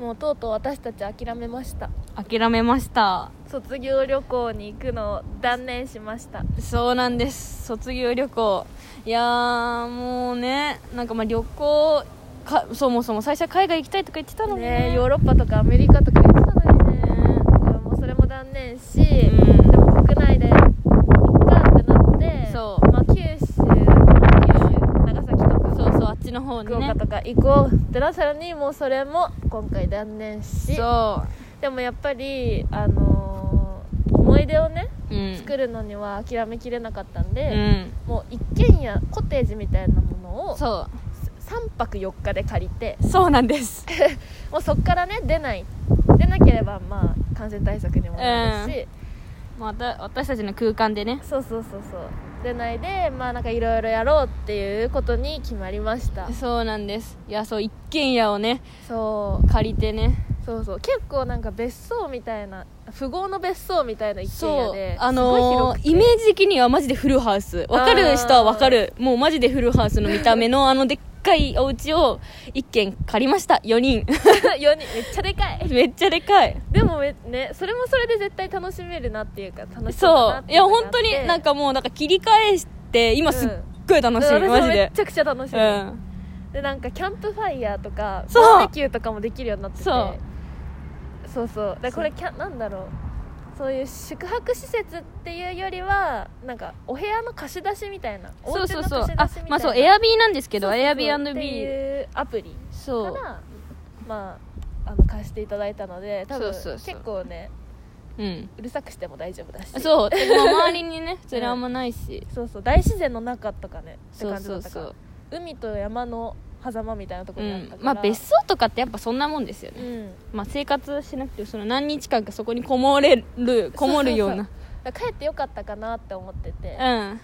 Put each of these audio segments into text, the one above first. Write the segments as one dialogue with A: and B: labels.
A: もうとうとう私たち諦めました
B: 諦めました
A: 卒業旅行に行くのを断念しました
B: そうなんです卒業旅行いやーもうねなんかまあ旅行かそもそも最初は海外行きたいとか言ってたのに
A: ねヨーロッパとかアメリカとか行ってたのにねでももうそれも断念し、
B: ん
A: でも国内で行ったってなって
B: そう
A: まあ、九州だから九州長崎とか
B: そうそうあっちの方に
A: 福
B: ね
A: 岡とか行こうってなったのにもうそれも今回断念し
B: そ
A: でもやっぱりあのー思い出をね
B: ううん
A: 作るのには諦めきれなかったん
B: う
A: で、
B: ん
A: もう一軒家コテージみたいなものを
B: そ
A: 3泊4日で借りて
B: うそうなんです
A: もうそっからね出ない出なければまあ感染対策にもなるし、
B: また私たちの空間でね
A: そうそうそうそう出ないでまあなんかいろいろやろうっていうことに決まりました
B: そうなんですいやそう一軒家をね
A: そう
B: 借りてね
A: そうそう結構なんか別荘みたいな富豪の別荘みたいな一軒家
B: そう
A: で
B: あ
A: すごい広
B: の
A: く
B: ー
A: て
B: イメージ的にはマジでフルハウスわかる人はわかるもうマジでフルハウスの見た目のあのでっかいお家を一軒借りました4人
A: 4人めっちゃでかい
B: めっちゃでかい
A: でもめねそれもそれで絶対楽しめるなっていうか楽しそうだな
B: そ
A: っ
B: う
A: て
B: い
A: い
B: や
A: うのがあ
B: 本
A: って
B: 当になんかもうなんか切り返して今すっごい楽しい、
A: うん
B: マジ
A: 私もめ
B: で
A: ちゃくちゃ楽し
B: う
A: み、
B: ん
A: でなんかキャンプファイヤーとか
B: そう
A: バーベキューとかもできるようになってて
B: そう
A: そうそうでこれキャなんだろうそういう宿泊施設っていうよりはなんかお部屋の貸し出しみたいなお
B: そう
A: 家
B: そ
A: の貸し
B: う
A: 出しみたいな
B: そうあまあそうエアビーなんですけ
A: そ
B: ど
A: うそう
B: エ
A: そう
B: アビー
A: っていうアプリか
B: そう
A: らまああの貸していただいたので多分
B: そうそうそう
A: 結構ね
B: うん
A: うるさくしても大丈夫だし
B: そうで も周りにねそれあんまないし
A: そうそう大自然の中とかねって
B: そう
A: 感じだ
B: そ
A: っ
B: う
A: た
B: そ
A: から
B: う
A: 海と山の狭間みたいなとこ
B: う
A: ろにあった
B: ん
A: から、
B: まあ別荘とかってやっぱそんなもんですよ
A: う
B: ね
A: ん
B: まあ生活しなくてもその何日間かそこにこもれるこもるよう
A: そう
B: な
A: だから帰ってよかったかなって思ってて、
B: うん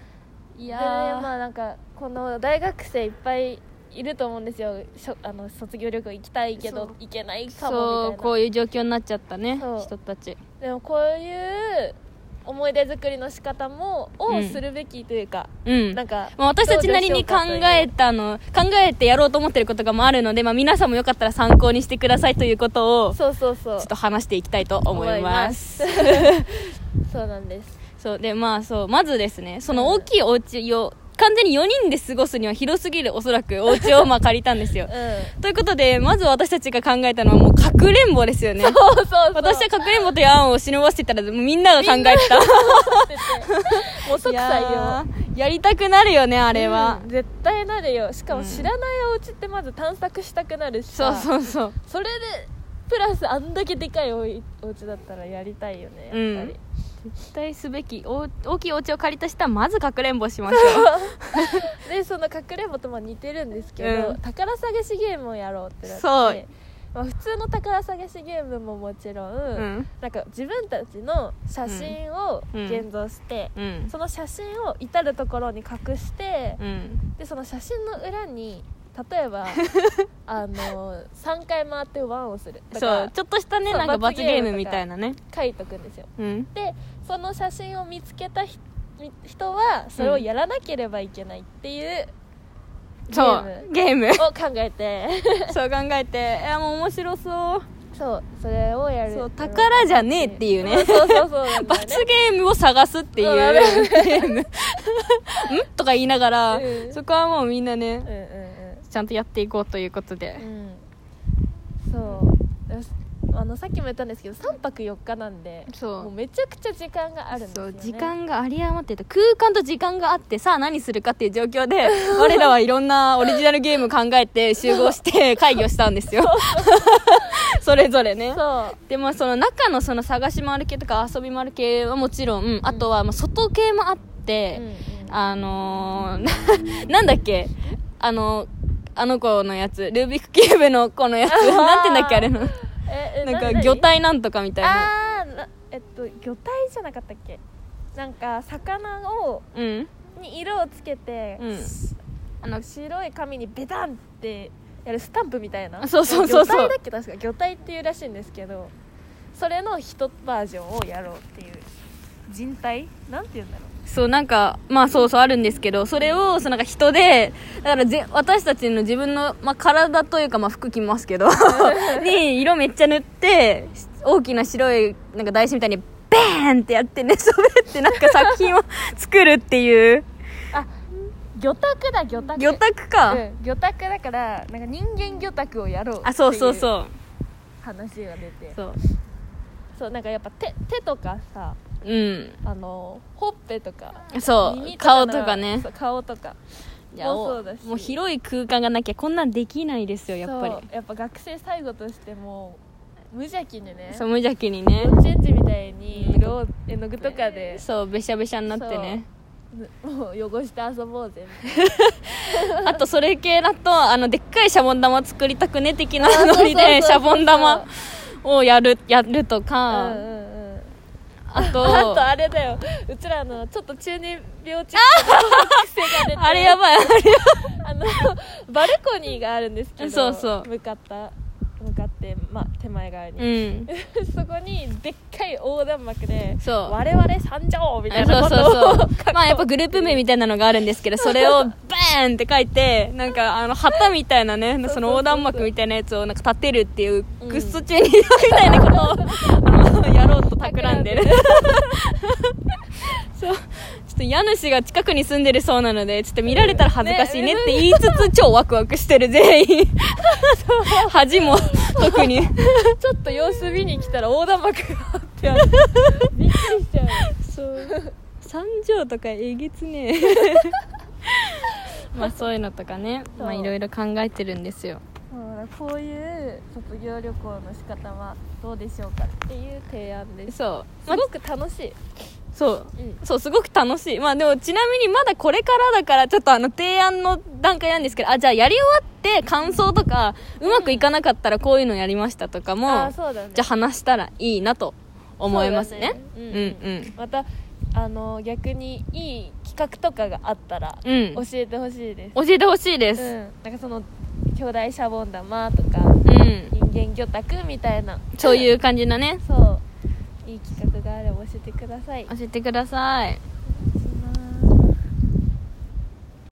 B: い
A: いや
B: や
A: まあなんかこの大学生いっぱいいると思うんですよしょあの卒業旅行行きたいけど
B: そう
A: 行けないかも
B: そう
A: み
B: こ
A: た
B: う
A: い
B: いう状況になっちゃったね
A: そう
B: 人たち
A: なでもこういう思い出作りの仕方も
B: う
A: を
B: ん
A: するべきというか、
B: うん
A: なんか
B: まあ、私たちなりに考えたの考えてやろうと思ってることがもあるので、まあ、皆さんもよかったら参考にしてくださいということをちょ
A: そうそうそう
B: っと話していきたいと思います
A: 思います そうなんです
B: そうでまあそうまずですねその大きいお家を完全に4人で過ごすには広すぎるおそらくお家をまあ借りたんですよ
A: うん
B: ということでまず私たちが考えたのはもうかくれんぼですよね
A: そうそうそう
B: 私はかくれんぼという案を忍ばせてたらもうみんなが考えてた
A: っててもう即採
B: い
A: 用
B: やーやりたくなるよねあ
A: あ
B: れは、
A: 絶対なるよしかも
B: うん
A: 知らないお家ってまず探索したくなるし
B: そ
A: さ
B: うそうそう
A: それでプラスあんだけでかいおいお家だったらやりたいよねやっぱり、
B: 絶対すべきお大きいお家を借りた人はまずかくれんぼしましょ
A: でそのかくれんぼとも似てるんですけど、
B: うん
A: 宝探しゲームをやろうってなって
B: そう
A: まあ、普通の宝探しゲームももちろん、
B: ううん
A: なんか自分たちの写真を
B: うん
A: 現像して、
B: うん
A: その写真を至る所に隠して、
B: うん
A: でその写真の裏に例 えばあの3回回ってワンをすると
B: そ
A: か
B: うちょっとしたね
A: そう
B: なんか罰
A: 罰ゲ
B: ゲ
A: ーム
B: ームみたいなね
A: 書いとくんですよ
B: うん
A: でその写真を見つけたひみ人はそれをやらなければいけないっていう
B: そうゲーム
A: を考えて
B: そう考えていやもう面白そう
A: そうそれをやる
B: そう宝じゃねえっていうね
A: んそうそうそうなんだよ
B: 罰
A: ね
B: ゲームを探すってい
A: そうだね
B: う ゲームんとか言いながら
A: うん
B: そこはもうみんな
A: う
B: ねちゃんとやっていこうということ
A: んう
B: で
A: んうんうんそうよしあのさっきも言ったんですけど3泊4日なんで
B: そう
A: もうめちゃくちゃ時間があるんです
B: そ
A: よ、ね、
B: う時間が有り余ってた空間と時間があってさあ何するかっていう状況で我らはいろんなオリジナルゲーム考えて集合して会議をしたんですよ それぞれね
A: そう
B: でもその中のその探し回る系とか遊び回る系はもちろん、あとはまあ外系もあって、あのー、 なんだっけあのあの子のやつルービックキューブの子のやつなんて言うんだっけあれの
A: ええ
B: なんか
A: 何
B: 魚体なんとかみたいな
A: あーなえっと魚体じゃなかったっけなんか魚を
B: うん
A: に色をつけて、
B: うんあの
A: 白い紙にベタンってやるスタンプみたいな
B: そうそうそうそう
A: 魚体だっけ確か魚体っていうらしいんですけどそれの一バージョンをやろうっていう人体なんて言うんだろう
B: そうなんかまあそうそうあるんですけどそれをそうなんか人でだからぜ私たちの自分の、まあ、体というか、まあ、服着ます けどに色めっちゃ塗ってし大きな白いなんか台紙みたいにベーンってやって寝そべってなんか作品を作るっていう
A: あ魚拓だ魚拓
B: 魚拓か、
A: うん、魚拓だからなんか人間魚拓をやろう
B: あそうそう
A: う
B: そう
A: 話が出てそう
B: そう
A: なんかやっぱ手手とかさ
B: うん
A: あのほっぺとか
B: そう
A: 耳
B: 顔
A: の
B: とかね
A: そう顔とか
B: いや
A: も
B: お
A: そうだし
B: もう広い空間がなきゃこんなんできないですよやっぱり
A: そうやっぱ学生最後としてもう無邪気にね
B: そう無邪気にね
A: 幼稚園児みたいに色を絵の具とか で
B: そうべしゃべしゃになってね
A: もう汚して遊ぼうぜみ
B: あとそれ系だとあのでっかいシャボン玉作りたくね 的な
A: たいな
B: ノリでシャボン
A: う
B: 玉
A: ん
B: をやるやると
A: うん
B: か、
A: うん
B: あと
A: あと
B: あ
A: あれだようちらのちょっと中二病チックな癖が出て
B: れや ばいあれ
A: あのバルコニーがあるんですけど
B: そうそう
A: 向かった向かって、ま、手前側に、
B: うん
A: そこにでっかい横断幕で「
B: そう
A: 我々参上!」みたいなこ
B: そう
A: と
B: そ
A: を
B: う そうまあやっぱグループ名みたいなのがあるん ですけどそれをバーンって書いてなんかあの旗みたいな
A: そ
B: ね
A: うそう
B: その横断幕みたいなやつをなんか立てるっていうグッソ中二病みたいなことを、あのやろうと企んでる そうちょっと家主が近くに住んでるそうなのでちょっと見られたら恥ずかしいねって言いつつ超ワクワクしてる全 員恥も特に
A: ちょっと様子見に来たら横断幕があってあるびっくりしちゃう
B: そう三条とかえげつねえ まあそういうのとかね
A: そう
B: まあいろいろ考えてるんですよ
A: うんこういう卒業旅行の仕方はどうでしょうかっていう提案です
B: そう、ますあ
A: ごく楽しい、
B: そう
A: うん
B: そうすごく楽しいまあでもちなみにまだこれからだからちょっとあの提案の段階なんですけどあじゃあやり終わって感想とかうまくいかなかったらこういうのやりましたとかも、
A: ああそうだね
B: じゃあ話したらいいなと思いますね
A: そう
B: う
A: だ
B: ん
A: ね
B: う
A: うん
B: ん
A: またあの逆にいい企画とかがあったら教
B: うん
A: えてほしいです、
B: 教えてほしいで
A: う
B: す
A: ん、なんかその兄弟シャボン玉とか
B: うん、
A: 人間魚拓みたいな
B: そういう感じのね
A: そういい企画があれば教えてください
B: 教えてください